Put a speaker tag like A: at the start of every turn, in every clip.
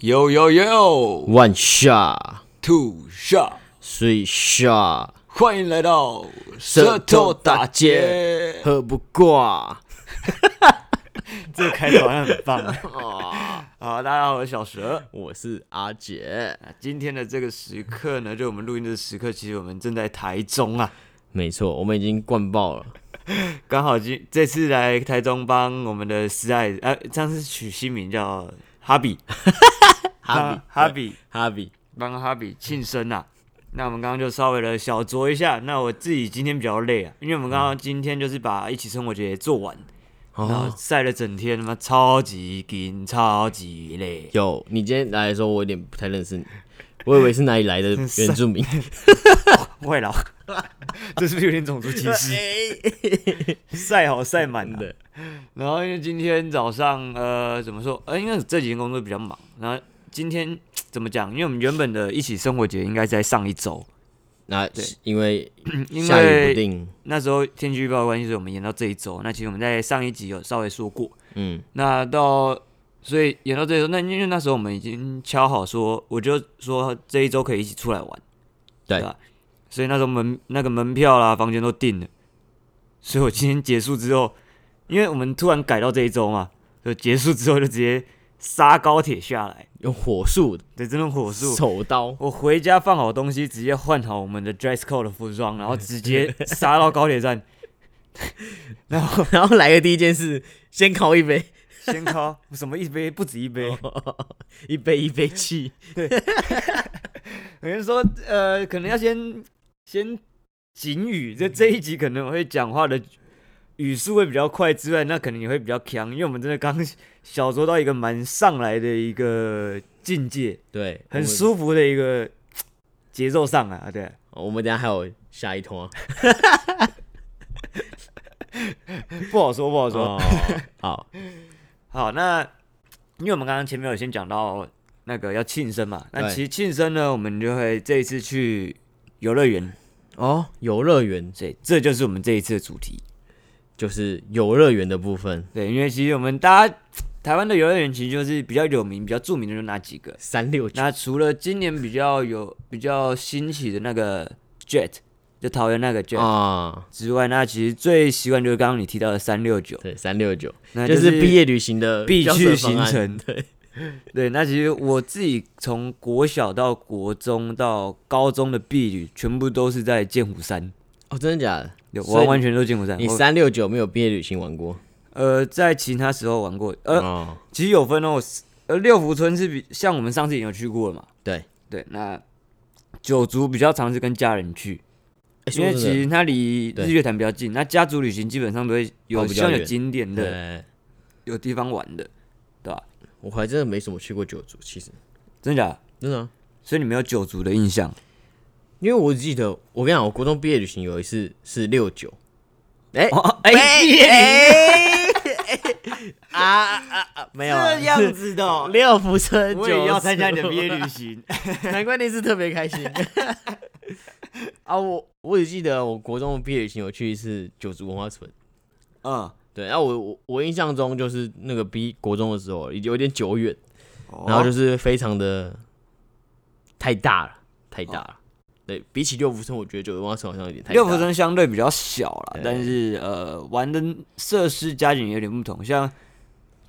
A: 有有有
B: 万下
A: ，Two Shot，
B: 水下
A: 欢迎来到
B: 舌头打
A: 街。
B: 喝不挂。
A: 这个开头好像很 棒好，大家好，我是小蛇。
B: 我是阿杰，
A: 那今天的这个时刻呢，就我们录音的时刻，其实我们正在台中啊，
B: 没错，我们已经灌爆了。
A: 刚好今这次来台中帮我们的师爱，呃，上次取新名叫哈比，
B: 哈比
A: 哈比
B: 哈比，
A: 帮哈比庆生啊。那我们刚刚就稍微的小酌一下。那我自己今天比较累啊，因为我们刚刚今天就是把一起生活节做完，然后
B: 哦，
A: 晒了整天，他妈超级紧，超级累。
B: 有你今天来的时候，我有点不太认识你，我以为是哪里来的原住 民。
A: 外劳， 这是不是有点种族歧视？ 晒好晒满的、
B: 对
A: 然后因为今天早上，呃，怎么说？呃，因为这几天工作比较忙，然后今天怎么讲？因为我们原本的一起生活节应该是在上一周，
B: 那因为
A: 因
B: 下雨不
A: 为
B: 定，
A: 那时候天气预报的关系，所以我们延到这一周。那其实我们在上一集有稍微说过，
B: 嗯，
A: 那到所以延到这一周，那因为那时候我们已经敲好说，我就说这一周可以一起出来玩，
B: 对
A: 吧？所以那时候门那个门票啦、房间都订了，所以我今天结束之后，因为我们突然改到这一周嘛，就结束之后就直接杀高铁下来，
B: 用火速
A: 对，真的火 速。
B: 手刀，
A: 我回家放好东西，直接换好我们的 dress code 的服装，然后直接杀到高铁站，
B: 然后来的第一件事，先烤一杯，
A: 先敲 什么一杯不止一杯，
B: 哦一杯一杯气。
A: 有人说，呃，可能要先先警语，这这一集可能我会讲话的语速会比较快之外，那可能也会比较强，因为我们真的刚小酌到一个蛮上来的一个境界，
B: 对，
A: 很
B: 我们
A: 舒服的一个节奏上啊，对，
B: 我们等一下还有下一通啊。
A: 不好说，不好说。
B: 我说，好，
A: 好，那因为我们刚刚前面有先讲到那个要庆生嘛，那
B: 对
A: 其实庆生呢，我们就会这一次去游乐园，
B: 哦，游乐园
A: 所以这就是我们这一次的主题。
B: 就是游乐园的部分，
A: 对，因为其实我们大家台湾的游乐园其实就是比较有名、比较著名的就那几个。
B: 三六九
A: 那除了今年比较有比较新起的那个 Jet，就桃园那个 Jet、
B: 啊，
A: 之外，那其实最习惯就是刚刚你提到的三六九，
B: 对，三六九
A: 那
B: 就是是毕业旅行的
A: 必
B: 标
A: 去
B: 准方
A: 行
B: 案
A: 程。
B: 对，
A: 对，那其实我自己从国小到国中到高中的避旅，全部都是在剑湖山，
B: 哦，真的假的？
A: 对
B: 所以
A: 完完全都是剑湖山。
B: 你
A: 我
B: 三六九没有毕业旅行玩过？
A: 呃，在其他时候玩过，呃，
B: 哦，
A: 其实有分哦，呃，六福村是比像我们上次已经有去过了嘛，
B: 对
A: 对，那九族比较常是跟家人去，
B: 欸
A: 因为
B: 说
A: 其
B: 真的
A: 实它离
B: 对
A: 日月潭比较近，那家族旅行基本上都会有
B: 哦比较
A: 像有
B: 远
A: 景点的，
B: 对，
A: 有地方玩的，对吧？
B: 我还真的没什么去过九族，其实
A: 真假的？
B: 真的啊，
A: 所以你没有九族的印象
B: 因为我记得我跟你讲，我国中毕业旅行有一次是六九，哎
A: 哦？ 哎、
B: 哎 啊啊啊！没有啊
A: 这样子的哦、
B: 六福村，
A: 我也要参加你的毕业旅行，
B: 哎难怪那次特别开心。啊，我我只记得我国中的毕业旅行有去一次九族文化村，
A: 嗯，
B: 对，然、后我我我印象中就是那个毕国中的时候，已经有点久远，
A: 哦
B: 然后就是是非常的太大了，太大了。对比起六福村，我觉得九族文化村好像有点太大
A: 哦六
B: 了。
A: 福村相对比较小啦
B: 对，
A: 但是呃，玩的设施家景有点不同，像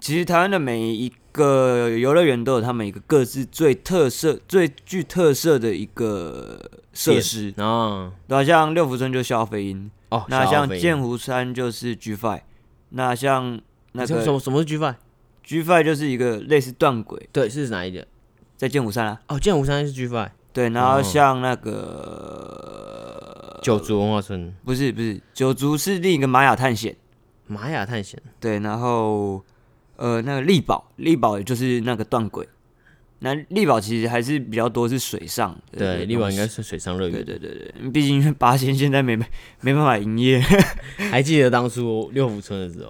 A: 其实台湾的每一个游乐园都有他们一个各自最特色、最具特色的一个设
B: 店
A: 施，
B: 啊，
A: 对啊，像六福村就消费音，
B: 哦，
A: 那
B: 小
A: 像
B: 飞
A: 剑湖山就是 G Five，那像那
B: 你说什
A: 个
B: 么什么是 G Five？
A: G Five 就是一个类似断轨，
B: 对，是哪一个？
A: 在剑湖山啊，
B: 哦，剑湖山是 G Five，
A: 对，然后
B: 哦
A: 像那个、呃
B: 九族文化村，
A: 不是不是九族是另一个玛雅探险，
B: 玛雅探险。
A: 对，然后呃那个力宝，力宝也就是那个断轨，那力宝其实还是比较多是水上的东西，
B: 对，力宝应该是水上乐
A: 对
B: 园。
A: 对对对，毕竟因为八仙现在没没办法营业，
B: 还记得当初六福村的时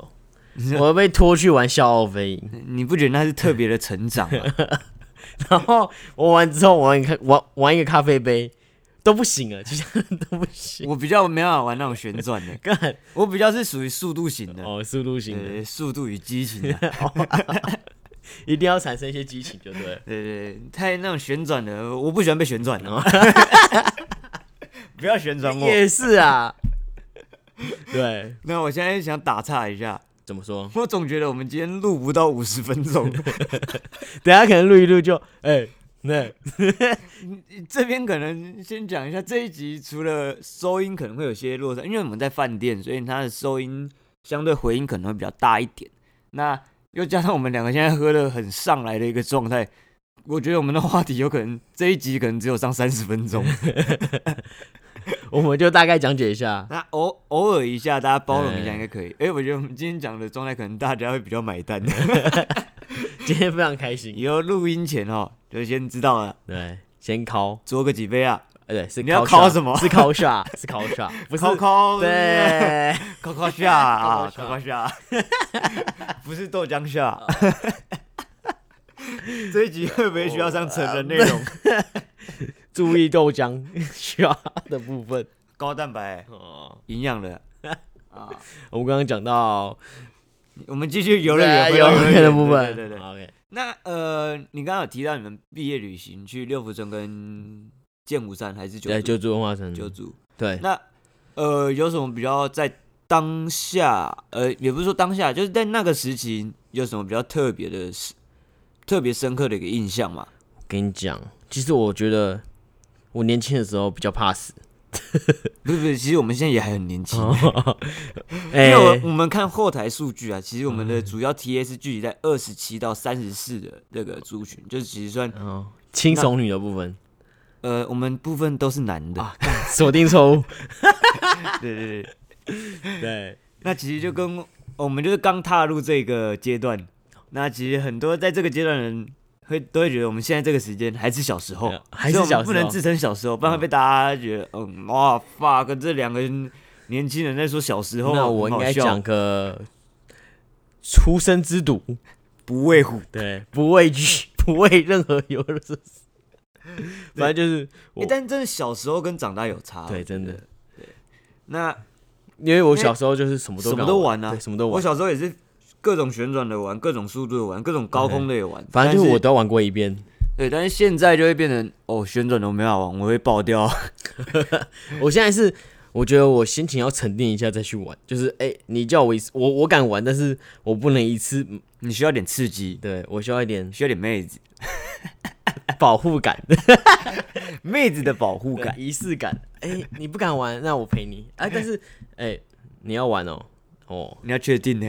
B: 候， 我被拖去玩笑傲飞鹰，
A: 你不觉得那是特别的成长吗？
B: 然后我玩之后玩一个玩玩一个咖啡杯都不行了，就像都不行。
A: 我比较没办法玩那种旋转的，
B: 干哦
A: 我比较是属于速度型的，
B: 哦，速度型的，
A: 啊嗯 对，速度与激情的。
B: 哦一定要产生一些激情，就对了。
A: 对对，对太那种旋转的，我不喜欢被旋转的
B: 哦。
A: 不要旋 转我。
B: 也是 啊，对，
A: 那我现在想打岔一下，
B: 怎么说？
A: 我总觉得我们今天录不到五十分钟，
B: 等一下可能录一录就，哎、那
A: 这边可能先讲一下这一集，除了收音可能会有些落差，因为我们在饭店，所以它的收音相对回音可能会比较大一点。那又加上我们两个现在喝的很上来的一个状态，我觉得我们的话题有可能这一集可能只有上三十分 钟。
B: 我们就大概讲解一下。
A: 那偶偶尔一下，大家包容一下
B: 哎
A: 应该可以。哎、我觉得我们今天讲的状态，可能大家会比较买单。
B: 今天非常开心，
A: 以后录音前哦，就先知道了，
B: 对，先敲，
A: 做个几杯啊，
B: 哎，对，是
A: 你要
B: call
A: 敲
B: shot，
A: 什么
B: 是敲下，是敲 下，不是
A: 敲敲，
B: 对，
A: 敲敲下啊，
B: 敲
A: 敲敲
B: 敲
A: 下， 不是豆浆下。 这一集会不会需要上成人内容？
B: 注意豆浆下的部分。
A: 高蛋白、
B: 哦，
A: 营养的啊。
B: 我们刚刚讲到
A: 我们继续游乐园，回
B: 啊游
A: 到
B: 乐园的部
A: 对
B: 分，
A: 对对对。
B: ，OK，
A: 那呃，你刚刚有提到你们毕业旅行去六福村跟剑湖山还是九
B: 对，
A: 族
B: 就住文化城，
A: 九族？
B: 对，
A: 那呃，有什么比较在当下，呃，也不是说当下，就是在那个时期有什么比较特别的事、特别深刻的一个印象嘛？
B: 跟你讲，其实我觉得我年轻的时候比较怕死，
A: 不是不是，其实我们现在也还很年轻， 因
B: 哦哎嗯
A: 为我我们看后台数据啊，其实我们的主要 TA 是聚集在二十七到三十四的这个族群，就是其实算
B: 哦，轻熟女的部分
A: 呃，我们部分都是男的，
B: 啊锁定错误，
A: 对对对。
B: 对，
A: 那其实就跟
B: 嗯
A: 我们就是刚踏入这个阶段，那其实很多在这个阶段的人会都会觉得我们现在这个时间还是小时候
B: 呃，还是
A: 所以我们
B: 小时
A: 不
B: 候
A: 能自称小时候，不然会被大家觉得嗯哇 fuck 这两个年轻人在说小时候，
B: 那我
A: 很
B: 应
A: 好
B: 该
A: 笑
B: 讲个出生之毒，
A: 不畏虎，
B: 对，不畏惧，不畏任何游乐设施，反正就是我
A: 欸但真的小时候跟长大有差，
B: 对，真
A: 我
B: 的
A: 觉得。，那
B: 因为我小时候就是什么都
A: 什么
B: 敢
A: 都
B: 玩
A: 玩啊
B: 对什么都
A: 我
B: 玩，
A: 小时候也是各种旋转的玩，各种速度的玩，各种高空的也玩，
B: 反正就是我
A: 但
B: 都玩过 一遍。
A: 对，但是现在就会变成哦旋转的我没办法玩，我会爆掉。
B: 我现在是，我觉得我心情要沉淀一下再去玩，就是哎、你叫我一次，我我敢玩，但是我不能一次，
A: 你需要点刺激，
B: 对我需要一 点
A: 需要点妹子，
B: 保护感、
A: 妹子的保护感。
B: 仪式感。哎、你不敢玩，那我陪你。哎、但是哎、你要玩哦，哦，
A: 你要确定呢、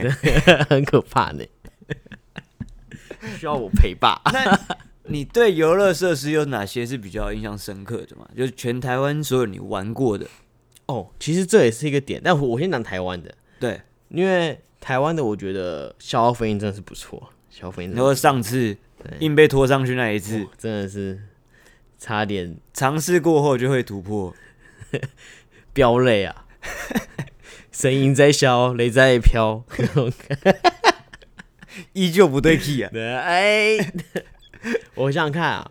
B: 很可怕呢，需要我陪 吧。
A: 那你对游乐设施有哪些是比较印象深刻的嘛？就是全台湾所有你玩过的，
B: 哦，其实这也是一个点，但我我先讲台湾的，
A: 对。
B: 因为台湾的我觉得消耗费用真的是不错，消耗费用
A: 然
B: 真的
A: 后上次硬被拖上去那一
B: 是
A: 次，
B: 真的是差点
A: 尝试过后就会突破。
B: 飙泪啊， 声音在消，雷在飘。
A: 依旧不 对 key 啊！
B: 对哎， 我想想看啊，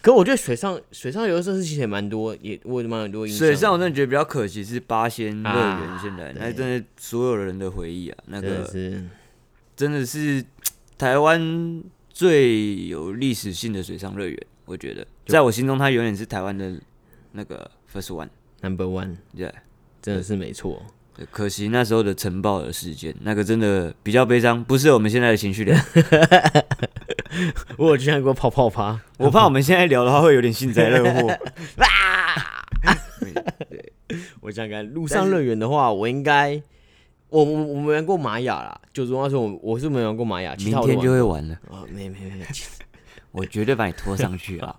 B: 可我觉得水上水上游乐设施其实也蛮多，也我也蛮有多印象的。
A: 水上我真的觉得比较可惜是八仙乐园，
B: 啊
A: 现在、
B: 对
A: 那真的所有人的回忆啊，那
B: 真的
A: 个
B: 是
A: 真的是台湾最有历史性的水上乐园，我觉得
B: 就
A: 在我心中它永远是台湾的那个 first one。
B: number one，
A: 对，
B: 真的是没错。
A: 对可惜那时候的晨报的事件，那个真的比较悲伤，不是我们现在的情绪聊。
B: 我有去看过泡 泡趴，
A: 我怕我们现在聊的话会有点幸灾乐祸。
B: 我想想看陆上乐园的话，我应该我我我没玩过玛雅啦，就是话说我我是没玩过玛雅， 其
A: 明
B: 他我都
A: 天
B: 玩
A: 就会完了，
B: 哦，没没没，其实
A: 我绝对把你拖上去啊！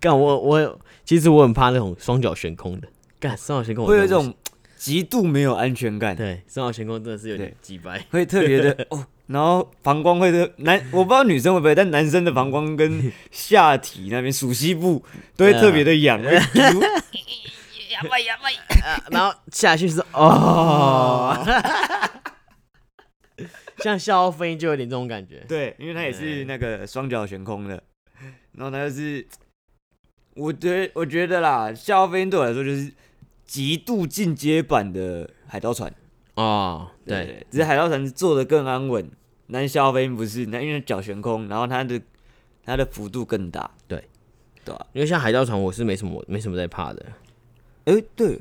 B: 干我我其实我很怕那种双脚悬空的，干双脚悬 空我
A: 会有一
B: 真的不
A: 种极度没有安全感，
B: 对，三号悬空真的是有点鸡掰。
A: 会特别的哦。然后膀胱会特男，我不知道女生会不会，但男生的膀胱跟下体那边属膝部都会特别的痒，会揪
B: 啊 然后下去是 哦，像消费就有点这种感觉。
A: 对，因为他也是
B: 对
A: 那个双脚悬空的，然后他就是，我觉我觉得啦，夏洛菲对我来说就是极度进阶版的海盗船，
B: 哦，
A: 对，
B: 对，
A: 只是海盗船做的更安稳，南小飞鹰不是，那因为脚悬空，然后它的它的幅度更大。
B: 对，
A: 对啊。
B: 因为像海盗船，我是没什么没什么在怕的。
A: 哎、对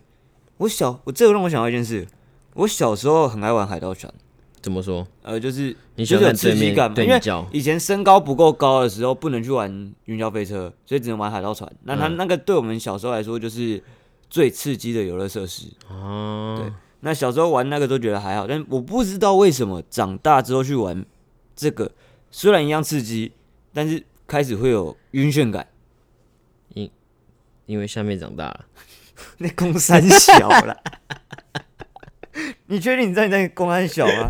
A: 我小我这个让我想到一件事，我小时候很爱玩海盗船，
B: 怎么说？
A: 呃，就是
B: 你喜
A: 就是有
B: 欢看
A: 刺
B: 对
A: 激
B: 面
A: 感嘛，
B: 对
A: 因
B: 你
A: 为
B: 叫，
A: 以前身高不够高的时候不能去玩云霄飞车，所以只能玩海盗船。那
B: 嗯
A: 它那个对我们小时候来说就是最刺激的游乐设施。
B: 哦，
A: 对那小时候玩那个都觉得还好，但我不知道为什么长大之后去玩这个，虽然一样刺激，但是开始会有晕眩感。
B: 因为下面长大了，
A: 那公三小了， 你确定你在那公三小吗？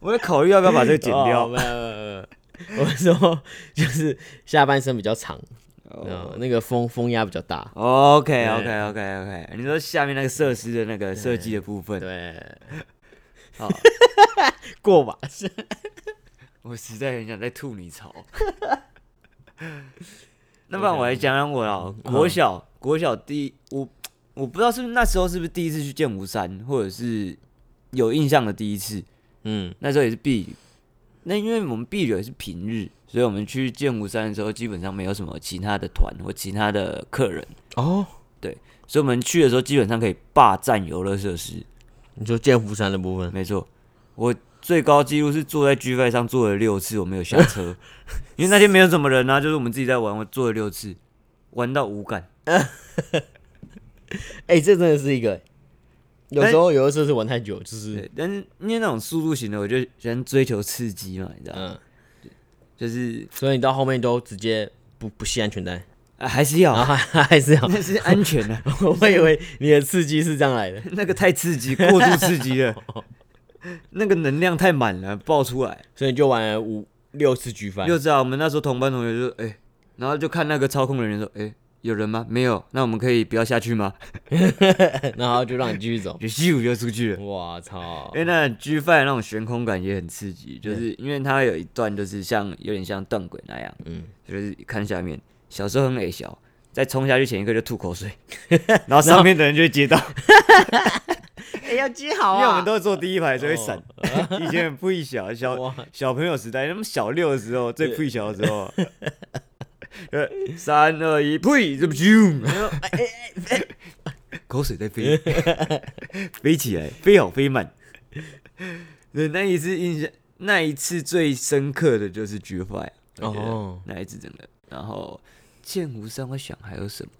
A: 我在考虑要不要把这个 剪掉。
B: 哦没有没有没有没有我说就是下半身比较长，哦、那个风风压比较大。
A: OK OK OK OK，你说下面那个设施的那个设计的部分，
B: 对，
A: 好，
B: 过吧。
A: 我实在很想再吐你槽。那不然我来讲讲我啦，国小国小第一，我我不知道是不是那时候是不是第一次去剑湖山，或者是有印象的第一次，
B: 嗯，
A: 那时候也是避旅。那因为我们避旅也是平日，所以我们去剑湖山的时候，基本上没有什么其他的团或其他的客人，
B: 哦，
A: 所以我们去的时候基本上可以霸占游乐设施。
B: 你说剑湖山的部分，
A: 没错，我最高纪录是坐在 G 5上坐了六次，我没有下车，因为那天没有什么人啊，就是我们自己在玩，我坐了六次，玩到无感。
B: 哎、这真的是一个、有
A: 但
B: 时候有的时候是玩太久，就是
A: 对，但是因为那种速度型的，我就喜欢追求刺激嘛，你知道，吗？
B: 嗯，
A: 就是、
B: 所以你到后面都直接不不系安全带，
A: 啊、还是要
B: 然后还还是要，
A: 那是安全啊的、
B: 我以为你的刺激是这样来的，
A: 那个太刺激，过度刺激了，那个能量太满了，爆出来。
B: 所以你就玩了五六次局番，
A: 就知道我们那时候同班同学就哎、然后就看那个操控人员说，哎、有人吗？没有，那我们可以不要下去吗？
B: 然后就让你继续 走。
A: 就咻就出去了。
B: 我操
A: 因！为那 G Five 那种悬空感也很刺激，就是因为它有一段就是像有点像断轨那样，
B: 嗯，
A: 就是看下面，小时候很矮小，在冲下去前一刻就吐口水， 然后上面的人就会接到，
B: 哎，要接好
A: 因为我们都坐第一排所以会闪
B: 哦。
A: 以前很不一小小
B: 哇
A: 小朋友时代，那么小六的时候最不一小的时候， 呃，三二一，呸，这不啾， 口水在 飞，飞起来，飞好飞满。对，那一次印象，那一次最深刻的就是 G Five，
B: 哦，
A: 那一次真的。然后剑湖山，我想还有什么？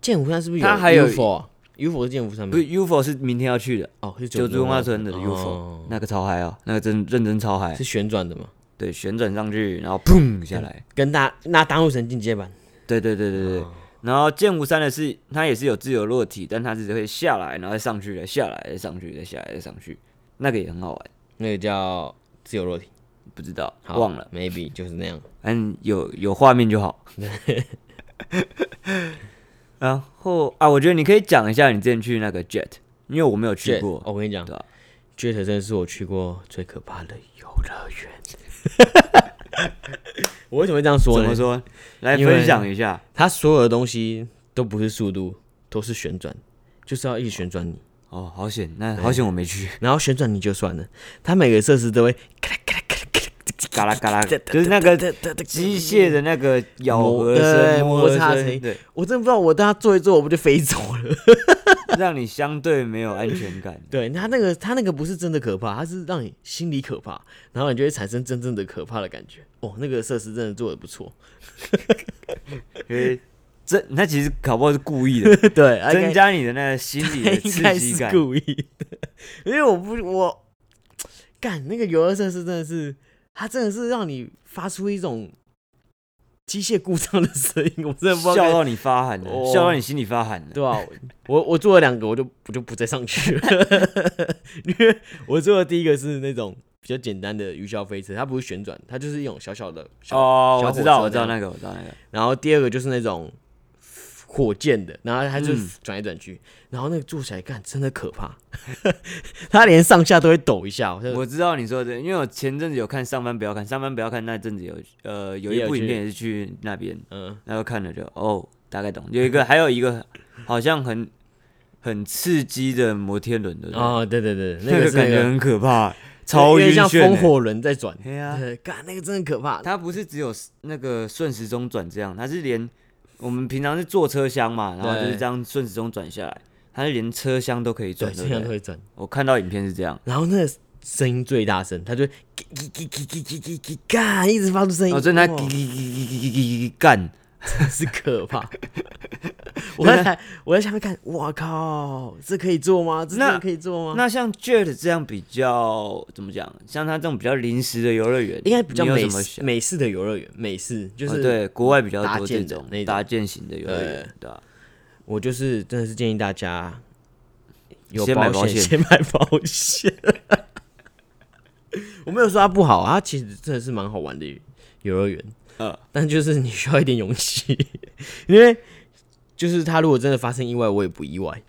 B: 剑湖山是不是有
A: 它还有
B: UFO 啊？UFO 是剑湖山吗
A: 不？是 UFO 是明天要去的，
B: 哦，是
A: 九
B: 族
A: 族
B: 文
A: 文
B: 化
A: 化村的 UFO，、
B: 哦
A: 那个超嗨哦，那个真认真超嗨
B: 是，旋转的嘛？
A: 对，旋转上去，然后砰下来。
B: 跟大那大陆神进阶版
A: 对对对对对。
B: 嗯
A: 然后剑湖山的是，它也是有自由落体，但它只是会下来，然后再上去，再下来，再上去，再下来，再上去，那个也很好玩。
B: 那个叫自由落体，
A: 不知道，
B: 好
A: 忘了，
B: ，maybe 就是那样。
A: 嗯，有有画面就 好。然后啊，我觉得你可以讲一下你之前去那个 Jet，因为我没有去
B: Jet，
A: 过。
B: 哦我跟你讲
A: 对啊
B: ，Jet 真的是我去过最可怕的游乐园。我为什么会这样说
A: 怎么
B: 呢？
A: 说？来
B: 因为
A: 分享一下。
B: 它所有的东西都不是速度，都是旋转，就是要一直旋转你。
A: 哦，好险，那好险我没去。
B: 然后旋转你就算了，它每个设施都会
A: 嘎啦嘎 啦，就是那个机械的那个咬合声、
B: 对
A: 摸合
B: 摩擦声
A: 声，
B: 音
A: 对，
B: 我真的不知道，我当他坐一坐，我不就飞走了？
A: 让你相对没有安全感。
B: 对他那个，他那个不是真的可怕，他是让你心里可怕，然后你就会产生真正的可怕的感觉。哦，那个设施真的做的 不错，
A: 因为这他其实搞不好是故 意的，啊
B: 对，
A: 增加你的那个心理的
B: 应该
A: 刺激
B: 是
A: 感。
B: 故意的， 因为我不我干那个游乐设施真的是，它真的是让你发出一种机械故障的声音，我真的不知道
A: 笑
B: 该
A: 到你发寒了，
B: 哦
A: 笑到你心里发寒了。
B: 对啊吧、我我做了两个，我就我就不再上去了， 因为我做的第一个是那种比较简单的云霄飞车，它不是旋转，它就是一种小小的小。
A: 哦，
B: 小
A: 我
B: 火
A: 知道，
B: 车
A: 我知道
B: 那
A: 那个，我知道那个。
B: 然后第二个就是那种火箭的，然后它就
A: 嗯
B: 转来转去，然后那个坐起来干真的可怕， 它连上下都会抖一下，我就
A: 我知道你说的，因为我前阵子有看《上班不要看》，《上班不要看》那阵子有呃有
B: 也
A: 一
B: 有
A: 部影
B: 去
A: 片也是去那边，
B: 嗯
A: 然后看了就哦大概懂。有一个还有一个好像很很刺激的摩天轮的，对不对
B: 哦对对对，那
A: 那
B: 个
A: 个
B: 是
A: 感
B: 那
A: 觉
B: 个
A: 很可怕，超
B: 有
A: 晕
B: 点像
A: 眩
B: 风
A: 欸。
B: 火轮在转。
A: 对啊，
B: 对，干那个真的可怕。
A: 它不是只有那个顺时钟转这样，它是连我们平常是坐车厢嘛，然后就是
B: 对
A: 这样顺时钟转下来，它是连车厢都可以
B: 对，
A: 转。
B: 这
A: 对不
B: 样都
A: 对
B: 会转。
A: 我看到影片是这样，
B: 然后那个声音最大声，他就叽叽叽叽叽叽叽叽，干，一直发出声音。
A: 哦，真的它
B: 哦
A: 叽叽叽叽叽叽叽干，
B: 是 可怕。我在我在下面看，哇靠，这可以做吗？这真
A: 那
B: 的可以做吗？
A: 那像 Jet 这样比较怎么讲？像它这种比较临时的游乐园，
B: 应该比较
A: 你有
B: 美
A: 什么
B: 式
A: 想？
B: 美式的游乐园，美式就
A: 哦
B: 是、
A: 对，国外比较
B: 搭
A: 多这
B: 建的
A: 种
B: 那种
A: 搭建型的游乐园，对吧？
B: 我就是真的是建议大家有
A: 先买保
B: 险
A: 险
B: 先买保险。 我没有说它不好啊，它其实真的是蛮好玩的游乐园，
A: 嗯
B: 但就是你需要一点勇气，因为就是它如果真的发生意外，我也不 意外。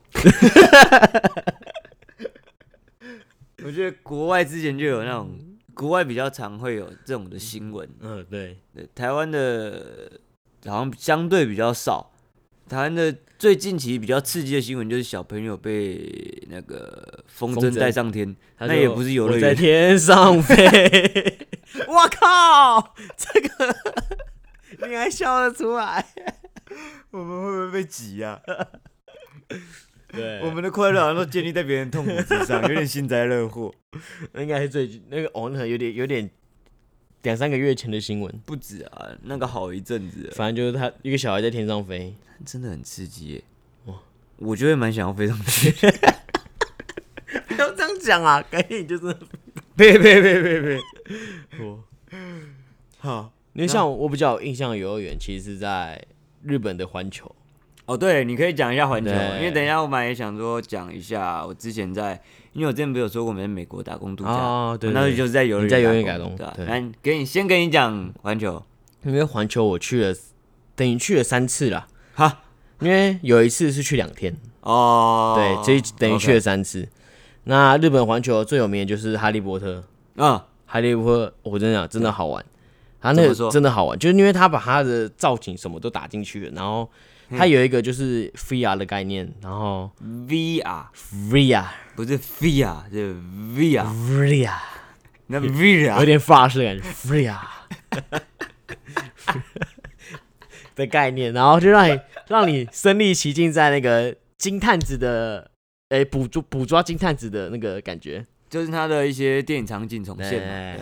A: 我觉得国外之前就有那种，国外比较常会有这种的新闻，
B: 嗯，对，
A: 对台湾的好像相对比较少。台湾的最近期比较刺激的新闻就是小朋友被那个风
B: 风
A: 筝
B: 筝
A: 带上天，
B: 他
A: 那
B: 说
A: 也不是游乐
B: 我在
A: 园，
B: 天上 飞。我靠，这个 你还笑得出来？
A: 我们会不会被挤呀、
B: 对
A: 我们的快乐好像都建立在别人痛苦之上，有 点幸灾乐祸，
B: 那应该是最那个哦，那个有点有点两三个月前的新闻，
A: 不止啊，那个好一阵子了，
B: 反正就是他一个小孩在天上飞，
A: 真的很刺激耶
B: 哇。
A: 我就会蛮想要飞上去，
B: 不要这样讲啊，感觉你 就是
A: 别别别别别，
B: 我。
A: 好
B: 因为像我比较有印象的游乐园，其实是在日本的环球，
A: 哦，对，你可以讲一下环球，
B: 对
A: 因为等一下我们也想说讲一下我之前在，因为我之前不是有说过我们在美国打工度假，
B: 哦对
A: 我那时
B: 对
A: 候就是在游乐
B: 你在游乐
A: 园
B: 园打工
A: 对吧？
B: 对
A: 那给你先跟你讲环球，
B: 因为环球我去了，等于去了三次啦，
A: 哈
B: 因为有一次是去两天，
A: 哦，
B: 对，所以等于去
A: OK，
B: 了三次。那日本环球最有名的就是《哈利波特》，《
A: 嗯，
B: 哈利波特》我真的讲真的好玩，他
A: 怎
B: 那
A: 么说
B: 个真的好玩，就是因为他把他的造景什么都打进去了，然后
A: 嗯
B: 他有一个就是 VR 的概念，然后
A: VR
B: VR
A: 嗯不是 VR 是 VR，
B: VR
A: 那
B: 有
A: VR
B: 点法式感觉 VR 的概念，然后就让你让你身临其境在那个金探子的。哎，捕捉捕捉金探子的那个感觉，
A: 就是它的一些电影场景重现嘛，
B: 对
A: 对，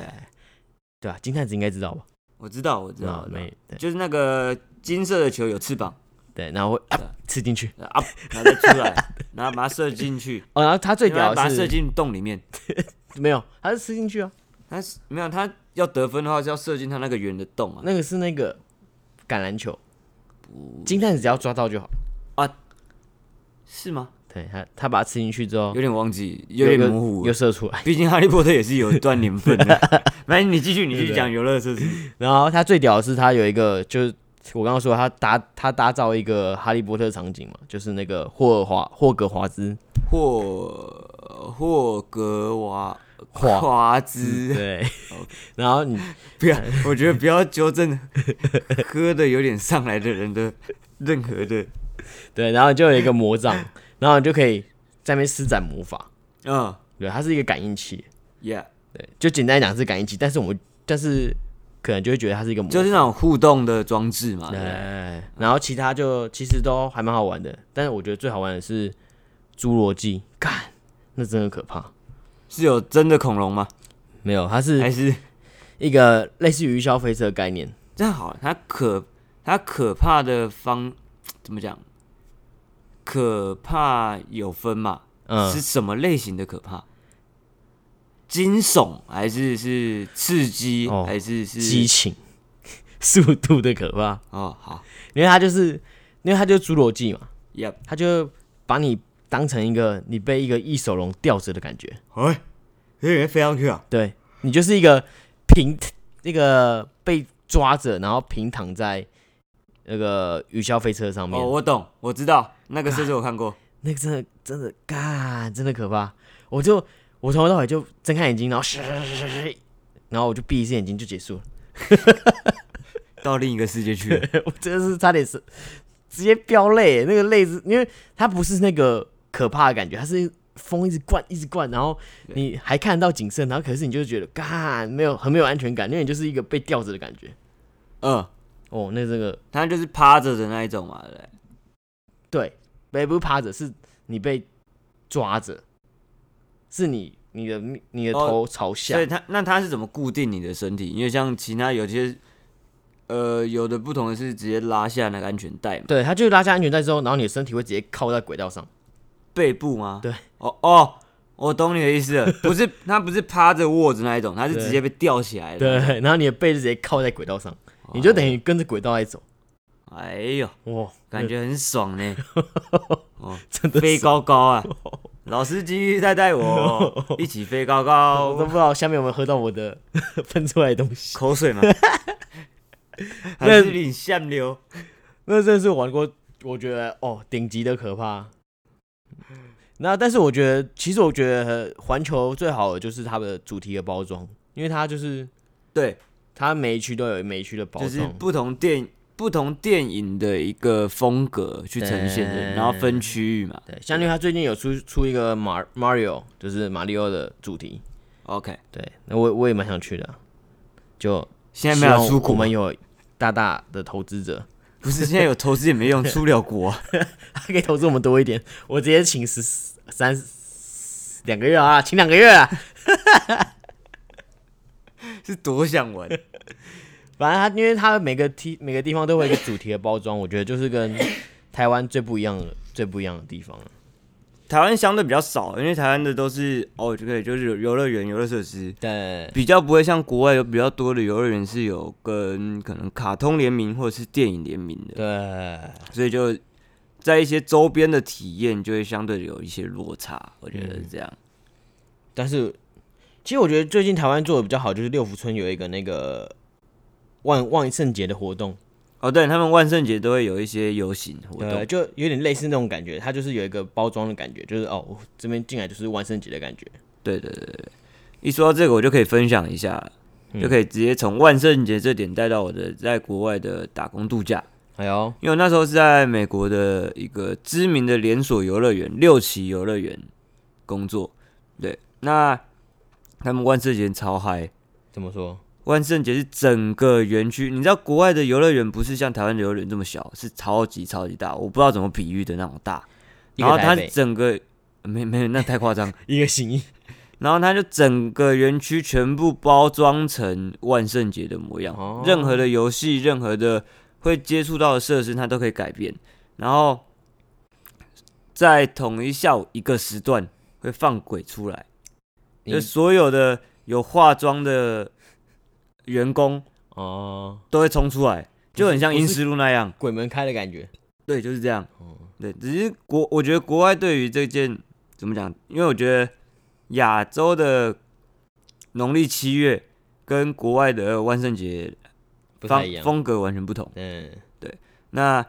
B: 对吧、金探子应该知道吧？
A: 我知道我知道，
B: 啊
A: 我，知道
B: 没对
A: 就是那个金色的球有翅膀，
B: 对，然后会、啊、吃进去。
A: 呃啊，然后再出 来，然后把它射进去，
B: 哦，然后他最
A: 然
B: 屌
A: 后把
B: 的
A: 它射
B: 是
A: 进洞里面。
B: 没有，他是吃进去啊，
A: 他是没有，他要得分的话是要射进他那个圆的洞啊。
B: 那个是那个橄榄球，金探子只要抓到就好。
A: 是吗？
B: 对他，他把它吃进去之后
A: 有，点忘记，有点
B: 又
A: 模糊
B: 又
A: 了。
B: 射出来。
A: 毕竟哈利波特也是有一段年份的。 反正你继续，你继续
B: 对
A: 讲游乐设施。
B: 然后他最屌的是，他有一个就是我刚刚说他搭他打造一个哈利波特场景嘛，就是那个霍尔华霍格华兹，
A: 霍霍格瓦
B: 华
A: 华兹，
B: 对，然后你
A: 不要，我觉得不要纠正喝的有点上来的人的任何的，
B: 对，然后就有一个魔杖，然后你就可以在那边施展魔法。
A: 嗯
B: 对，它是一个感应器，
A: ，yeah，
B: 对，就简单来讲是感应器，但是我们但是可能就会觉得它是一个魔
A: 就是那种互动的装置嘛。对不对
B: 对，哎然后其他就其实都还蛮好玩的，但是我觉得最好玩的是《侏罗纪》，干，那真的可怕。哎
A: 是有真的恐龙吗？
B: 没有，它
A: 还
B: 是
A: 是
B: 一个类似于消费者的概念，
A: 这样好了，它可它可怕的方怎么讲？可怕有分嘛？
B: 嗯
A: 是，什么类型的可怕？惊悚还是是刺激、
B: 哦
A: 还是是
B: 激情、 速度的可怕，
A: 哦好
B: 因为它就是因为它就是《侏罗纪》嘛，
A: ，Yep，
B: 它就把你当成一个你被一个异手龙吊着的感觉，
A: 哎，有人飞上去啊！
B: 对你就是一个平那个被抓着，然后平躺在那个雨霄飞车上面。
A: 哦，我懂，我知道那个设置我看过，
B: 那个真的真的干，真的可怕。我就我从头到尾就睁开眼睛，然后然后我就闭一只眼睛就结束了。
A: 到另一个世界去了。
B: 我真的是差点是直接飙泪，那个泪是因为它不是那个可怕的感觉，它是风一直灌，一直灌，然后
A: 对
B: 你还看得到景色，然后可是你就觉得干没有很没有安全感，因为你就是一个被吊着的感觉。
A: 嗯，
B: 哦，那这个
A: 他就是趴着的那一种嘛，对不对？
B: 对，不不是趴着，是你被抓着，是你你的你的
A: 哦
B: 头朝下，
A: 所以它那它是怎么固定你的身体？因为像其他有些，呃，有的不同的是直接拉下那个安全带嘛，
B: 对，它就是拉下安全带之后，然后你的身体会直接靠在轨道上。
A: 背部吗？
B: 对，
A: 哦哦，我懂你的意思了，不是它不是趴着握着那一种，它是
B: 对
A: 直接被吊起来的。
B: 对，， 然后你的背就直接靠在轨道上，你就等于跟着轨道在走。
A: 哎呦，
B: 哇，
A: 感觉很爽 呢，
B: 真的
A: 飞
B: 是，
A: 高高啊！老司机带带 我，一起飞高
B: 我都
A: 高
B: 不。知道下面有没有喝到我的 喷出来的东西。
A: 口水吗？还是你像流？
B: 那真的是玩过，我觉得哦，顶级的可怕。那但是我觉得，其实我觉得环球最好的就是它的主题的包装，因为它就是
A: 对，
B: 它每一区都有每一区的包
A: 就
B: 装，
A: 是不同电不同电影的一个风格去呈现的，
B: 对
A: 然后分区域嘛。
B: 对，相对它最近有出出一个马 Mario，就是马里奥的主题，
A: OK，
B: 对，那我我也蛮想去的，啊就
A: 现在没有
B: 希
A: 出
B: 望我
A: 国吗
B: 们，有大大的投资者，
A: 不是现在有投资也没用，出不了国啊。
B: 他可以投资我们多一点，我直接请十三两个月啊，请两个月啊，
A: 是多想玩。
B: 反正他因为他每个地每个地方都会有一个主题的包装，我觉得就是跟台湾最不一样的最不一样的地方了。啊
A: 台湾相对比较少，因为台湾的都是哦，就可以就是有游乐园、游乐设施，
B: 对
A: 比较不会像国外有比较多的游乐园是有跟可能卡通联名或者是电影联名的。
B: 对，
A: 所以就在一些周边的体验就会相对有一些落差，我觉得是这样。
B: 但是其实我觉得最近台湾做的比较好，就是六福村有一个那个万万圣节的活动。
A: 哦，对他们万圣节都会有一些游行活
B: 对，
A: 动，
B: 就有点类似那种感觉，它就是有一个包装的感觉，就是哦，我这边进来就是万圣节的感觉。
A: 对对对对。对一说到这个，我就可以分享一下，
B: 嗯
A: 就可以直接从万圣节这点带到我的在国外的打工度假。
B: 哎呦，
A: 因为我那时候是在美国的一个知名的连锁游乐园六旗游乐园工作，对，那他们万圣节超嗨，
B: 怎么说？
A: 万圣节是整个园区，你知道国外的游乐园不是像台湾的游乐园这么小，是超级超级大，我不知道怎么比喻的那种大。
B: 一
A: 然后
B: 个
A: 它是
B: 台北，
A: 整个没没有那太夸张，
B: 一个新义。
A: 然后它就整个园区全部包装成万圣节的模样，
B: 哦
A: 任何的游戏、任何的会接触到的设施，它都可以改变。然后在统一下午一个时段会放鬼出来，
B: 你
A: 就所有的有化妆的员工。
B: 哦，
A: 都会冲出来，就很像
B: 不是
A: 阴湿路那样。
B: 鬼门开的感觉。
A: 对，就是这样。
B: 哦，
A: 对，只是国，我觉得国外对于这件怎么讲？因为我觉得亚洲的农历七月跟国外的万圣节
B: 不
A: 方
B: 太一样。
A: 风格完全不同。
B: 嗯，
A: 那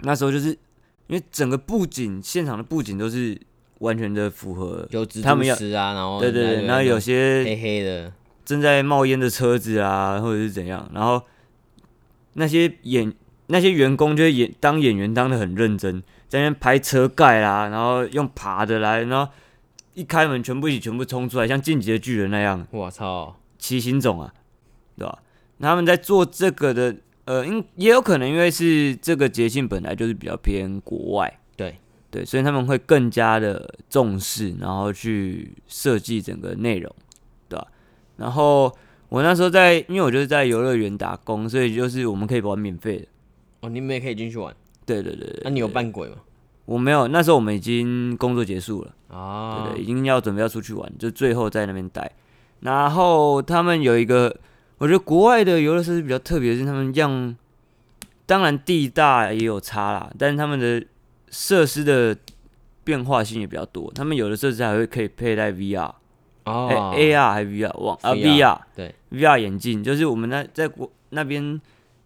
A: 那时候就是因为整个布景，现场的布景都是完全的符合。
B: 有蜘
A: 他们
B: 蛛
A: 要
B: 丝啊，然后
A: 对对对，然后有
B: 那种
A: 些
B: 黑黑的，
A: 正在冒烟的车子啊，或者是怎样，然后那些演那些员工就会演当演员当的很认真，在那边拍车盖啦，然后用爬的来，然后一开门全部一起全部冲出来，像进击的巨人那样，
B: 我操，
A: 骑行种啊，对吧？那他们在做这个的，呃，因也有可能因为是这个节庆本来就是比较偏国外，
B: 对
A: 对，所以他们会更加的重视，然后去设计整个内容，对吧？然后我那时候在，因为我就是在游乐园打工，所以就是我们可以玩免费的，
B: 哦，你们也可以进去玩。
A: 对对对对
B: 那你有扮鬼吗？
A: 我没有，那时候我们已经工作结束了。
B: 啊
A: 对，对，已经要准备要出去玩，就最后在那边待。然后他们有一个，我觉得国外的游乐设施比较特别，是他们样，当然地大也有差啦，但是他们的设施的变化性也比较多。他们有的设施还会可以佩戴 VR，哎、
B: 哦
A: AR 还 VR 忘啊
B: VR
A: VR
B: 对
A: VR 眼镜，就是我们那在国那边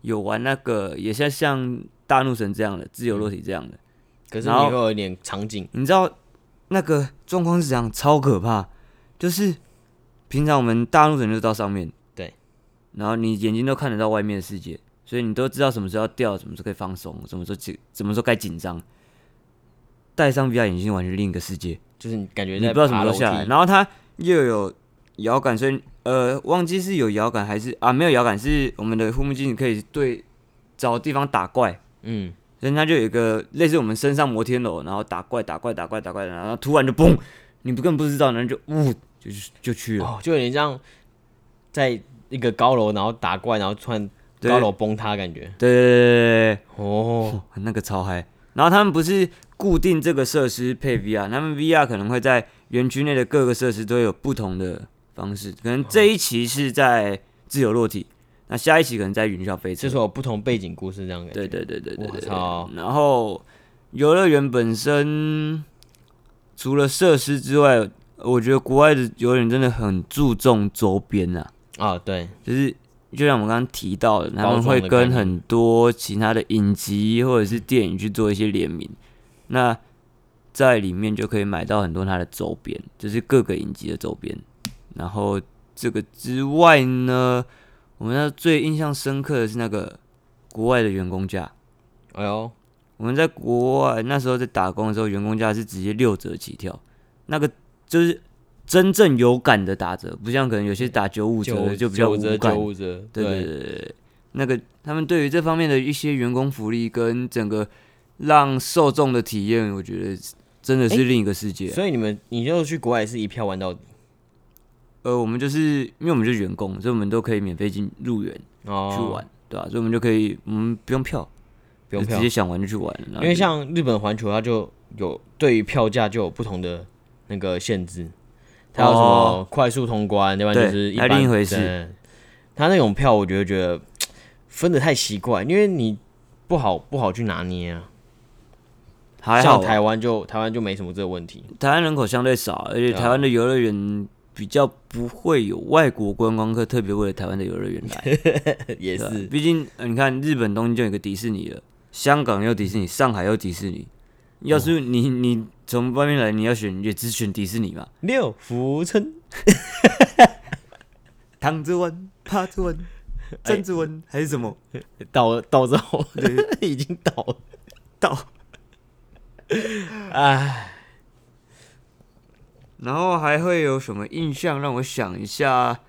A: 有玩那个，也像像大怒神这样的自由落体这样的。
B: 可是你
A: 然后
B: 会有一点场景，
A: 你知道那个状况是怎样，超可怕。就是平常我们大陆人就到上面，
B: 对，
A: 然后你眼睛都看得到外面的世界，所以你都知道什么时候要掉，什么时候可以放松，什么时候紧，什么时候该紧张。戴上 VR 眼镜完全另一个世界，
B: 就是你感觉
A: 你
B: 在
A: 不知道什么
B: 爬
A: 时
B: 楼
A: 候下来，
B: 梯
A: 然后它又有摇杆，所以呃，忘记是有摇杆还是啊没有摇杆，是我们的护目镜可以对找地方打怪，
B: 嗯，
A: 所以它就有一个类似我们身上摩天楼，然后打怪打怪打怪打怪，然后突然就嘣，你不根本不知道，然后就呜就就去了，
B: 哦，就有点像在一个高楼，然后打怪，然后突然
A: 对
B: 高楼崩塌感觉。
A: 对对对对对
B: 哦，
A: 对，那个超嗨。然后他们不是固定这个设施配 VR，他们 VR 可能会在园区内的各个设施都有不同的方式，可能这一期是在自由落体，那下一期可能在云霄飞车
B: 就是。有不同背景故事这样感觉。
A: 对对对对对
B: 我
A: 对。对
B: 操
A: 然后游乐园本身除了设施之外，我觉得国外的游乐园真的很注重周边啊，
B: 啊，对，
A: 就是就像我们刚刚提到的，他
B: 包
A: 们
B: 装
A: 会
B: 的概
A: 跟
B: 念
A: 很多其他的影集或者是电影去做一些联名，那在里面就可以买到很多它的周边，就是各个影集的周边。然后这个之外呢，我们那最印象深刻的是那个国外的员工价，
B: 哎呦，
A: 我们在国外那时候在打工的时候，员工价是直接六折起跳，那个就是真正有感的打折，不像可能有些打九五折的就
B: 九
A: 比较
B: 九
A: 无
B: 折
A: 感
B: 九。五折，
A: 对对
B: 对
A: 对对对，那个他们对于这方面的一些员工福利跟整个让受众的体验，我觉得真的是另一个世界啊。
B: 所以你们你就去国外是一票玩到底
A: 呃，我们就是因为我们就是员工，所以我们都可以免费进入园
B: 哦，
A: 去玩，对吧、所以我们就可以，我们不用票，
B: 不用
A: 就
B: 票
A: 直接，想玩就去玩。然后
B: 因为
A: 就
B: 像日本环球它就有对于票价就有不同的那个限制，它有什么
A: 哦
B: 快速通关，要不然
A: 对
B: 就是一
A: 那
B: 般
A: 另一回事
B: 对。它那种票我觉得觉得嗯分的太奇怪，因为你不好不好去拿捏啊。
A: 还好
B: 像
A: 啊
B: 台湾就台湾就没什么这个问题，
A: 台湾人口相对少，而且
B: 对啊
A: 台湾的游乐园比较不会有外国观光客特别为了台湾的游乐园来。
B: 也
A: 对啊
B: 是
A: 毕竟、呃你看日本东京就有一个迪士尼了，香港又迪士尼，上海又迪士尼。要是你你从外面来，你要选也只选迪士尼嘛。
B: 六福村
A: 躺着玩，趴着 玩，站着玩，还是什么？
B: 倒了倒之后 已经倒了。
A: 到。
B: 唉，
A: 然后还会有什么印象？让我想一下。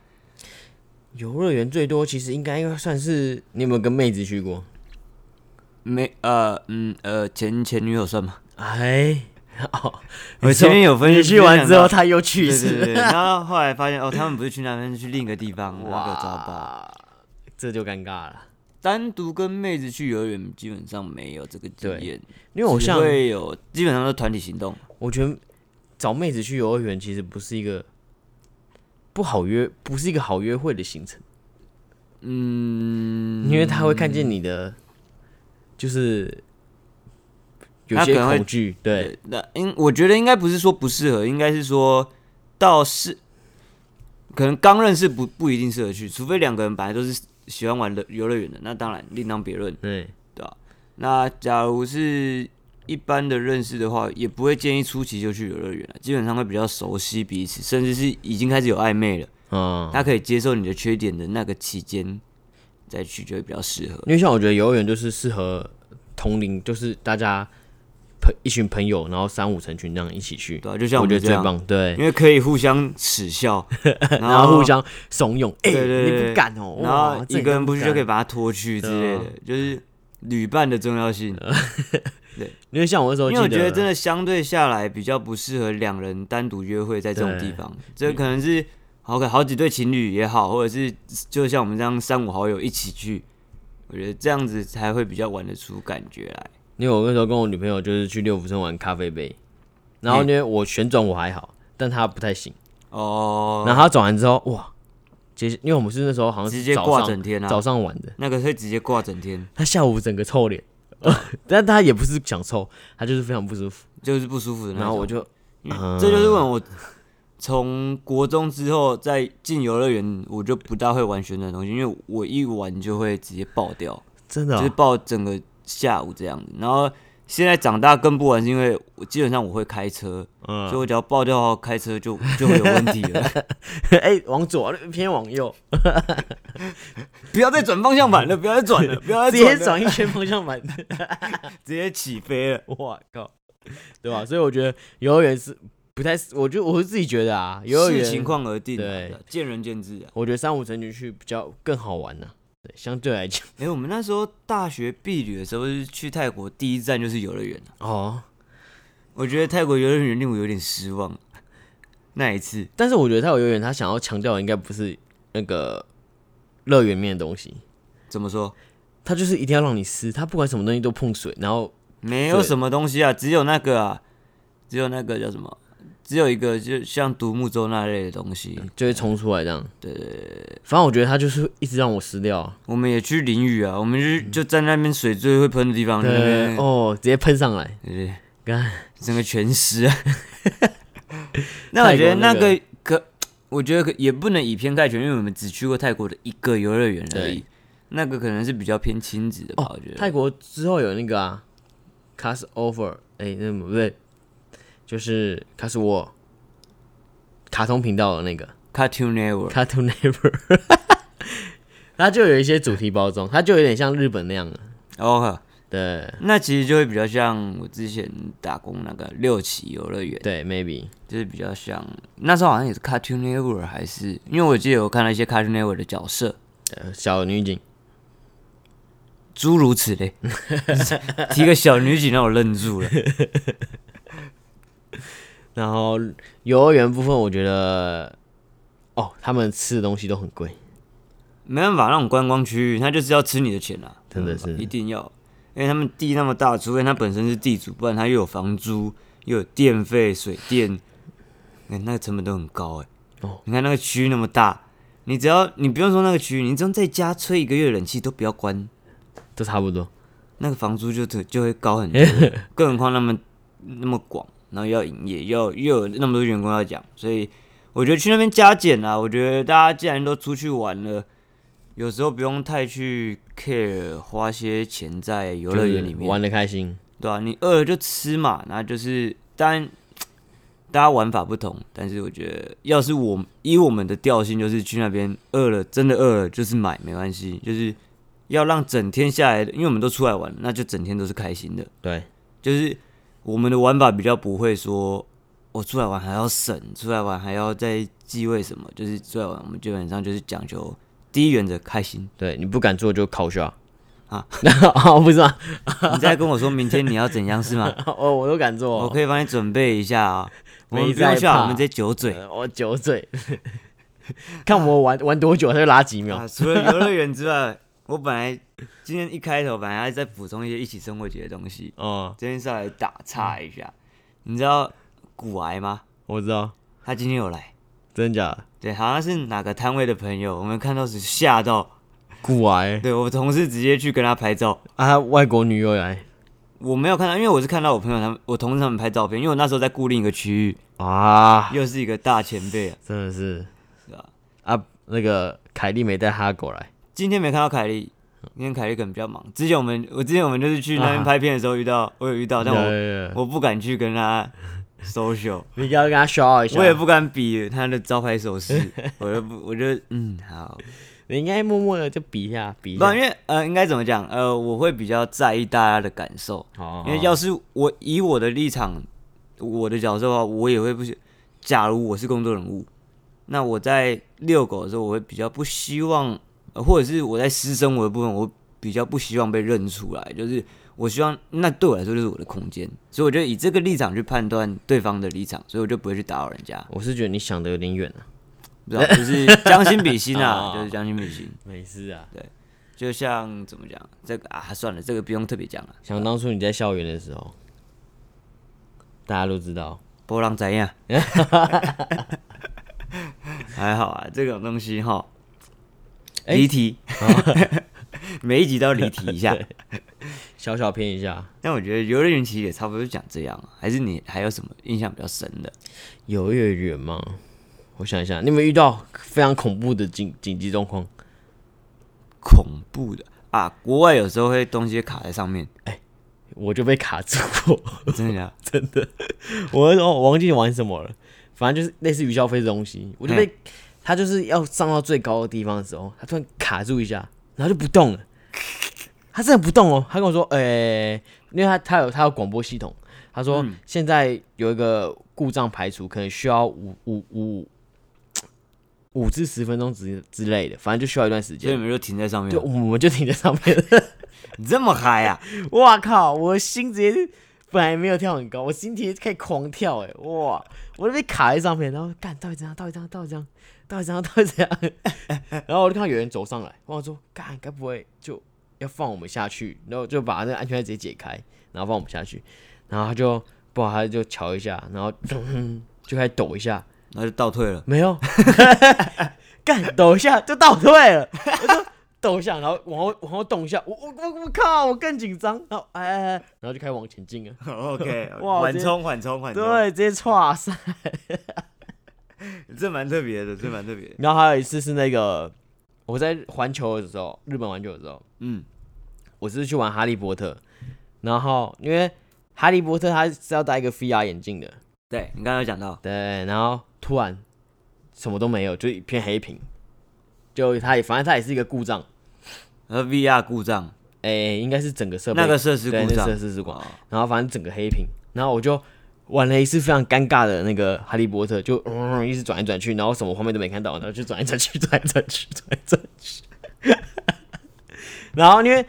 B: 游乐园最多其实应该算是你有没有跟妹子去过？
A: 没呃嗯呃前前女友算吗？
B: 哎，哦，
A: 我前面有分
B: 你去完之
A: 分享
B: 后
A: 到
B: 他又去一
A: 对对
B: 次，
A: 对，然后后来发现哦，他们不是去那边，是去另一个地方，哇，给我抓包。
B: 这就尴尬了。
A: 单独跟妹子去游乐园基本上没有这个经验，
B: 因为我
A: 只
B: 像
A: 会有基本上都是团体行动，
B: 我觉得找妹子去游乐园其实不是一个不好约，不是一个好约会的行程。嗯，因为他会看见你的，就是有
A: 他
B: 些
A: 可能会
B: 恐惧，对，
A: 那应呃我觉得应该不是说不适合，应该是说到是可能刚认识不不一定适合去，除非两个人本来都是喜欢玩的游乐园的，那当然另当别论，
B: 对，
A: 对吧、那假如是一般的认识的话，也不会建议初期就去游乐园了，基本上会比较熟悉彼此，甚至是已经开始有暧昧了。
B: 嗯，
A: 他可以接受你的缺点的那个期间再去，就会比较适合。
B: 因为像我觉得游乐园就是适合同龄，就是大家朋一群朋友，然后三五成群这样一起去，
A: 对啊，就像
B: 我
A: 我
B: 觉
A: 们
B: 得
A: 这
B: 最
A: 样，
B: 棒，对，
A: 因为可以互相耻笑，
B: 然后互相怂恿，哎、
A: 对对对
B: 你不敢哦、
A: 然后
B: 哇这
A: 一个人不去就可以
B: 敢。
A: 把他拖去之类
B: 对啊
A: 的，就是旅伴的重要性。
B: 因为像我那时候
A: 因
B: 记
A: 为
B: 得，
A: 我觉得真的相对下来比较不适合两人单独约会在这种
B: 对
A: 地方，这可能是好可好几对情侣也好，或者是就像我们这样三五好友一起去，我觉得这样子才会比较玩得出感觉来。
B: 因为我那时候跟我女朋友就是去六福村玩咖啡杯，然后
A: 嗯
B: 因为我旋转我还好，但她不太行，
A: 哦，
B: 然后她转完之后，哇，接因为我们是那时候好像是
A: 直接
B: 早
A: 挂
B: 上
A: 整天啊
B: 早上玩的，
A: 那个会直接挂整天，
B: 她下午整个臭脸， 但她也不是想臭，她就是非常不舒服，
A: 就是不舒服的那种。
B: 然后我就
A: 嗯这就是为什么我从国中之后再进游乐园，我就不大会玩旋转东西，因为我一玩就会直接爆掉，
B: 真的
A: 就
B: 哦、
A: 是爆整个下午这样子。然后现在长大更不玩，是因为我基本上我会开车，
B: 嗯
A: 所以我只要爆掉的话，开车就就会有问题了。
B: 哎、往左偏往右，
A: 不要再转方向盘了，
B: 啊
A: 不要再转了，不要
B: 直
A: 再
B: 接
A: 转了，
B: 转一圈方向盘，
A: 直接起飞了。
B: 我靠， 对吧？所以我觉得幼儿园是不太，我觉得我是自己觉得啊，幼儿
A: 视
B: 园
A: 情况而定啊，
B: 对
A: 对啊见仁见智啊。
B: 我觉得三五成群去比较更好玩呢、对，相对来讲，
A: 哎、我们那时候大学毕旅的时候是去泰国，第一站就是游乐园啊
B: 哦，
A: 我觉得泰国游乐园令我有点失望。那一次，
B: 但是我觉得泰国游乐园他想要强调的应该不是那个乐园面的东西，
A: 怎么说？
B: 他就是一定要让你撕，他不管什么东西都碰水，然后
A: 没有什么东西啊，只有那个啊，只有那个叫什么？只有一个就像独木舟那类的东西。
B: 就会冲出来这样。对反正我觉得他就是一直让我撕掉啊，
A: 我们也去淋雨啊，我们就就在那边水最会喷的地方，那边
B: 哦，直接喷上来，
A: 对
B: 干，
A: 整个全湿啊。那我觉得那个可，我觉得可也不能以偏概全，因为我们只去过泰国的一个游乐园而已
B: 对，
A: 那个可能是比较偏亲子的吧，我觉得。
B: 泰国之后有那个啊，cast over，哎、那不对，就是 cast war，卡通频道的那个
A: Cartoon Network，
B: Cartoon Network，它就有一些主题包装，它就有点像日本那样的，
A: 哦，
B: 对
A: 那其实就会比较像我之前打工那个六旗游乐园，
B: 对，maybe
A: 就是比较像那时候好像也是 Cartoon Network，还是因为我记得有看到一些 Cartoon Network 的角色，
B: 呃小女警，
A: 诸如此类， 提个小女警让我愣住了。
B: 然后幼儿园部分我觉得，哦，他们吃的东西都很贵，
A: 没办法，那种观光区域，他就是要吃你的钱啊，
B: 真的是
A: 嗯一定要，因为他们地那么大，除非他本身是地主，不然他又有房租，又有电费、水电，哎、那个成本都很高哎、
B: 哦
A: 你看那个区域那么大，你只要你不用说那个区域，你只要在家吹一个月冷气都不要关，
B: 都差不多，
A: 那个房租就就就会高很 多，更何况那么那么广，然后要营业，要又有那么多员工要讲，所以我觉得去那边加减啊，我觉得大家既然都出去玩了，有时候不用太去 care 花些钱在游乐园里
B: 就是
A: 面，
B: 玩的开心，
A: 对啊，你饿了就吃嘛，然后就是当然。大家玩法不同，但是我觉得，要是我以我们的调性，就是去那边饿了，真的饿了就是买，没关系，就是要让整天下来的，因为我们都出来玩，那就整天都是开心的。
B: 对，
A: 就是我们的玩法比较不会说，我出来玩还要省，出来玩还要再忌讳什么，就是出来玩我们基本上就是讲求第一原则开心。
B: 对你不敢做就考校
A: 啊，
B: 哦不是啊，
A: 你再跟我说明天你要怎样是吗？
B: 哦我都敢做，
A: 我可以帮你准备一下 啊。我们
B: 没
A: 不用
B: 在
A: 笑，
B: 怕
A: 我们直接酒 嘴。
B: 呃我酒醉，看我玩玩多久，他就拉几秒
A: 啊，。除了游乐园之外，我本来今天一开头本来还在补充一些一起生活节的东西，
B: 哦，
A: 今天稍微打岔一下。你知道古癌吗？
B: 我知道，
A: 他今天有来，
B: 真的假的？
A: 对，好像是哪个摊位的朋友，我们看到时吓到，
B: 古癌
A: 对我同事直接去跟他拍照，
B: 啊，外国女友来
A: 我没有看到，因为我是看到我朋友他们，我同事他们拍照片，因为我那时候在固定一个区域，
B: 啊，
A: 又是一个大前辈啊，
B: 真的是
A: 对吧？
B: 啊，那个凯莉没带哈狗来，
A: 今天没看到凯莉，因为凯莉可能比较忙。之前我们，我之前我们就是去那边
B: 啊
A: 拍片的时候遇到，我有遇到，但我
B: 我
A: 我不敢去跟 他 social，
B: 你要跟他 show 一下，
A: 我也，不敢比他的招牌手 势，我就不，我就嗯好，
B: 你应该默默的就比一下，比一
A: 不
B: 下
A: 然，因为呃应该怎么讲，呃我会比较在意大家的感受，
B: 好
A: 因为要是我以我的立场，我的角色的话，我也会不希。假如我是公众人物，那我在遛狗的时候，我会比较不希望，呃或者是我在私生活的部分，我比较不希望被认出来。就是我希望，那对我来说就是我的空间，所以我就以这个立场去判断对方的立场，所以我就不会去打扰人家。
B: 我是觉得你想的有点远啊了，
A: 不知道，就是将心比心啊，
B: 哦
A: 就是将心比心。
B: 没事啊，
A: 就像怎么讲，这个啊算了，这个不用特别讲了。
B: 想当初你在校园的时候，大家都知道，
A: 波浪怎 样？还好啊，这种东西哈，
B: 哎
A: 离题，
B: 哦
A: 每一集都要离题一 下。
B: 小小偏一下，
A: 但我觉得游乐园其实也差不多就讲这样啊，还是你还有什么印象比较深的？
B: 游乐园吗？我想一下，你有没有遇到非常恐怖的紧紧急状况？
A: 恐怖的啊，国外有时候会东西卡在上 面，
B: 我就被卡住过，
A: 真的假的
B: 我那时候我忘记玩什么了，反正就是类似于消费的东西，我就被他就是要上到最高的地方的时候，他突然卡住一下，然后就不动了。他真的不动哦，他跟我说，诶、因为他他有他有广播系统，他说
A: 嗯
B: 现在有一个故障排除，可能需要五五五五至十分钟之之类的，反正就需要一段时
A: 所以你
B: 间。
A: 们就停在上面
B: 就
A: 了。
B: 我们就停在上面。
A: 你这么嗨啊？
B: 哇靠！我心直接本来没有跳很高，我心直接开始狂跳、欸，哇！我就被卡在上面，然后干到底怎样？到底怎样？到底怎样？到底怎样？到底怎样？ 然后我就看到有人走上来，我想说干，该不会就要放我们下去？然后就把那个安全带直接解开，然后放我们下去。然后他就不好，他就瞧一下，然后咚就开始抖一下，
A: 那就倒退 了。
B: 没有，干抖一下就倒退了，我就抖一下，然后往后往后动一下，我我我我靠，我更紧张，然后哎哎，哎然后就开始往前进了，
A: OK，
B: 哇
A: 缓
B: 这
A: 冲，缓冲，缓冲。，
B: 对，直接唰塞。
A: 这蛮特别的，这蛮特别的。
B: 然后还有一次是那个我在环球的时候，日本环球的时候，
A: 嗯，
B: 我是去玩哈利波特，然后因为哈利波特他是要戴一个 VR 眼镜的，
A: 对你刚才有讲到，
B: 对，然后突然什么都没有，就一片黑屏，就他也反正他也是一个故障，
A: 呃，VR 故障，
B: 哎、应该是整个设备
A: 那个设施
B: 对
A: 故
B: 那
A: 障
B: 设，施是广，
A: 哦
B: 然后反正整个黑屏，然后我就玩了一次非常尴尬的那个哈利波特，就嗯一直转来转去，然后什么画面都没看到，然后就转来转去，转来转去，转来转去， 然后因为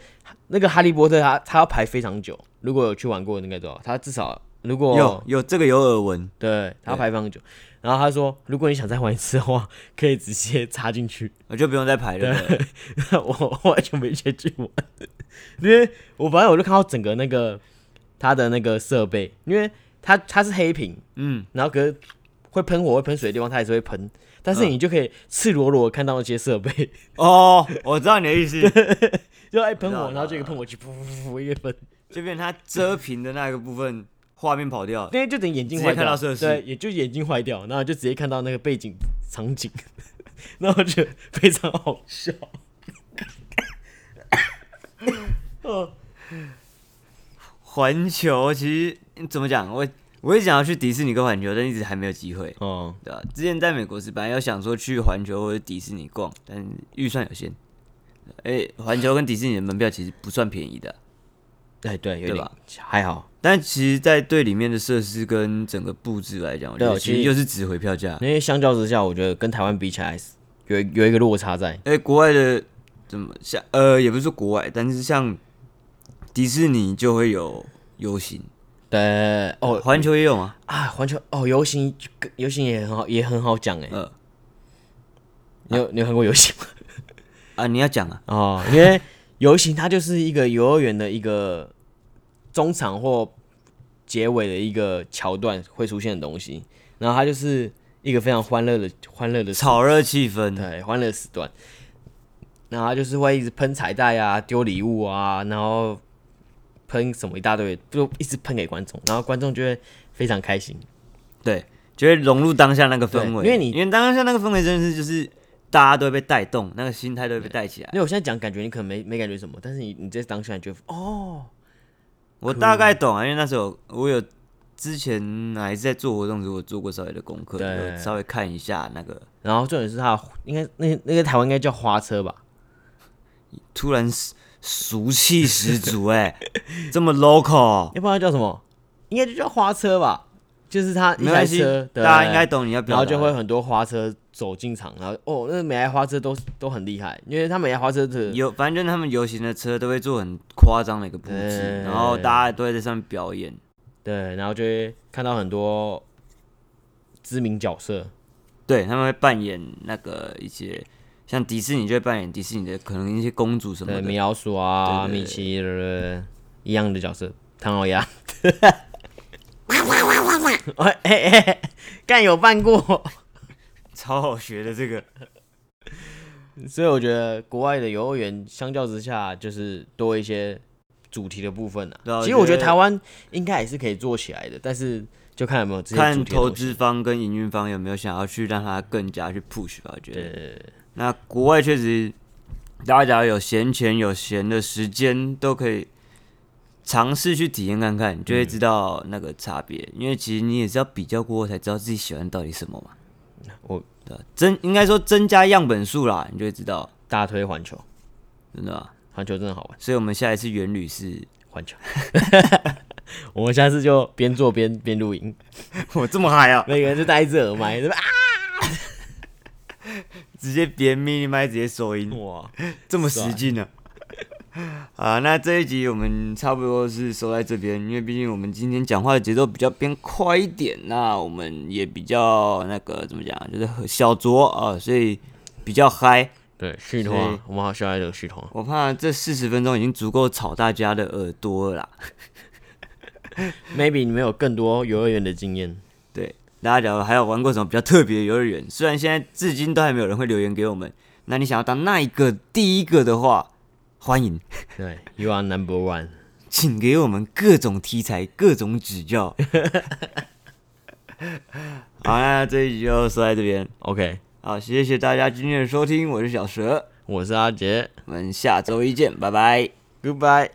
B: 那个哈利波特它它要排非常久，如果有去玩过的应该知道，它至少如果
A: 有有这个有耳闻，
B: 对它要
A: 对
B: 排非常久，然后他说如果你想再玩一次的话，可以直接插进去，
A: 我就不用再排了。 对不对
B: 我我完全没进去玩，因为我反正我就看到整个那个它的那个设备，因为它它是黑屏，
A: 嗯，
B: 然后可是会喷火、会喷水的地方它也是会喷，但
A: 嗯
B: 是你就可以赤裸裸地看到那些设备，
A: 哦，我知道你的意思，
B: 就哎喷
A: 知道
B: 火，
A: 了
B: 然后就一个喷火器，噗噗噗一个喷，
A: 就变成它遮屏的那个部分画面跑掉了。
B: 因为就等于眼睛
A: 直接
B: 坏
A: 看
B: 掉
A: 到设，施
B: 对，也就眼睛坏掉，然后就直接看到那个背景场景， 然后我觉得非常好笑。
A: 环球其实嗯怎么讲，我我也想要去迪士尼跟环球，但一直还没有机会。
B: 哦，
A: 对啊，之前在美国是本来要想说去环球或者迪士尼逛，但预算有限。哎，环球跟迪士尼的门票其实不算便宜的啊，
B: 哎对，有
A: 对
B: 点
A: 吧
B: 还好，
A: 但其实，在对里面的设施跟整个布置来讲，我觉
B: 对
A: 得
B: 我
A: 其实
B: 其实
A: 就是值回票价。
B: 因为相较之下，我觉得跟台湾比起来，有一有一个落差在。
A: 哎、国外的怎么像呃，也不是说国外，但是像迪士尼就会有游行，
B: 对，哦
A: 环球也有吗？
B: 啊，环球哦，游行游行也很好，也很好讲哎。
A: 呃
B: 你有你有看过游行吗？
A: 啊，你要讲啊，
B: 哦，因为游行它就是一个游乐园的一个中场或结尾的一个桥段会出现的东西，然后它就是一个非常欢乐的欢乐的时
A: 炒热气氛，
B: 对，欢乐时段。然后他就是会一直喷彩带啊，丢礼物啊，然后喷什么一大堆，就一直喷给观众，然后观众就会非常开心。
A: 对，就会融入当下那个氛
B: 对
A: 围，
B: 因为你
A: 因为当下那个氛围真的是就是大家都会被带动，那个心态都会被带起来。
B: 因为我现在讲，感觉你可能没没感觉什么，但是你你在当下你就哦，
A: 我大概懂啊，因为那时候我有之前还是在做活动时，我做过稍微的功课，
B: 对
A: 有稍微看一下那个。
B: 然后重点是他应该那那个台湾应该叫花车吧？
A: 突然俗俗气十足、哎，这么 local，哦、
B: 要不然叫什么？应该就叫花车吧？就是他一
A: 没
B: 台
A: 关系
B: 车，，对
A: 大家应该懂你要表达
B: 然后
A: 的。
B: 就会很多花车走进场，然后哦，那每台花车都都很厉害，因为他每台花车的
A: 有，反正就是他们游行的车都会做很夸张的一个布置，
B: 对
A: 然后大家都会在上面表演。
B: 对，然后就会看到很多知名角色，
A: 对，他们会扮演那个一些，像迪士尼就会扮演迪士尼的可能一些公主什么
B: 对，
A: 的
B: 米。老鼠啊、
A: 对对对
B: 米奇对对对一样的角色，唐老鸭。 哎哎哎，干有办过，
A: 超好学的这个，
B: 所以我觉得国外的游乐园相较之下就是多一些主题的部分
A: 对啊
B: 啊。其实
A: 我
B: 我
A: 觉
B: 觉
A: 得
B: 得台湾应该也是可以做起来的，但是就看有没有这些主
A: 看
B: 题的东
A: 投
B: 西
A: 资方跟营运方有没有想要去让它更加去 push 吧，我觉得。
B: 对
A: 那国外确实，大家只要有闲钱、有闲的时间，都可以尝试去体验看看，就会知道那个差别。因为其实你也是要比较过后才知道自己喜欢到底什么嘛。
B: 我
A: 对啊增应该说增加样本数啦，你就会知道，
B: 大推环球，
A: 真的啊。
B: 环球真的好玩，
A: 所以我们下一次元旅是
B: 环球 我们下次就边做边边录音，
A: 我这么嗨啊！
B: 每个人就戴一只耳 麦，对吧？啊
A: 直接别咪麦，直接收音，
B: 哇，
A: 这么实劲呢、 啊？啊，那这一集我们差不多是收在这边，因为毕竟我们今天讲话的节奏比较偏快一点，那我们也比较那个怎么讲，就是很小酌啊，所以比较嗨。
B: 对，续
A: 所以
B: 团，我们好喜欢这个续团。
A: 我怕这四十分钟已经足够吵大家的耳朵了啦。
B: Maybe 你们有更多游乐园的经验，
A: 对，大家假如还有玩过什么比较特别的游乐园，虽然现在至今都还没有人会留言给我们，那你想要当那一个第一个的话，欢迎，
B: 对，You are number one。
A: 请给我们各种题材、各种指教。好，那这一集就说在这边。
B: OK，
A: 好，谢谢大家今天的收听，我是小蛇，
B: 我是阿杰
A: 我们下周一见，拜拜。
B: ，Goodbye。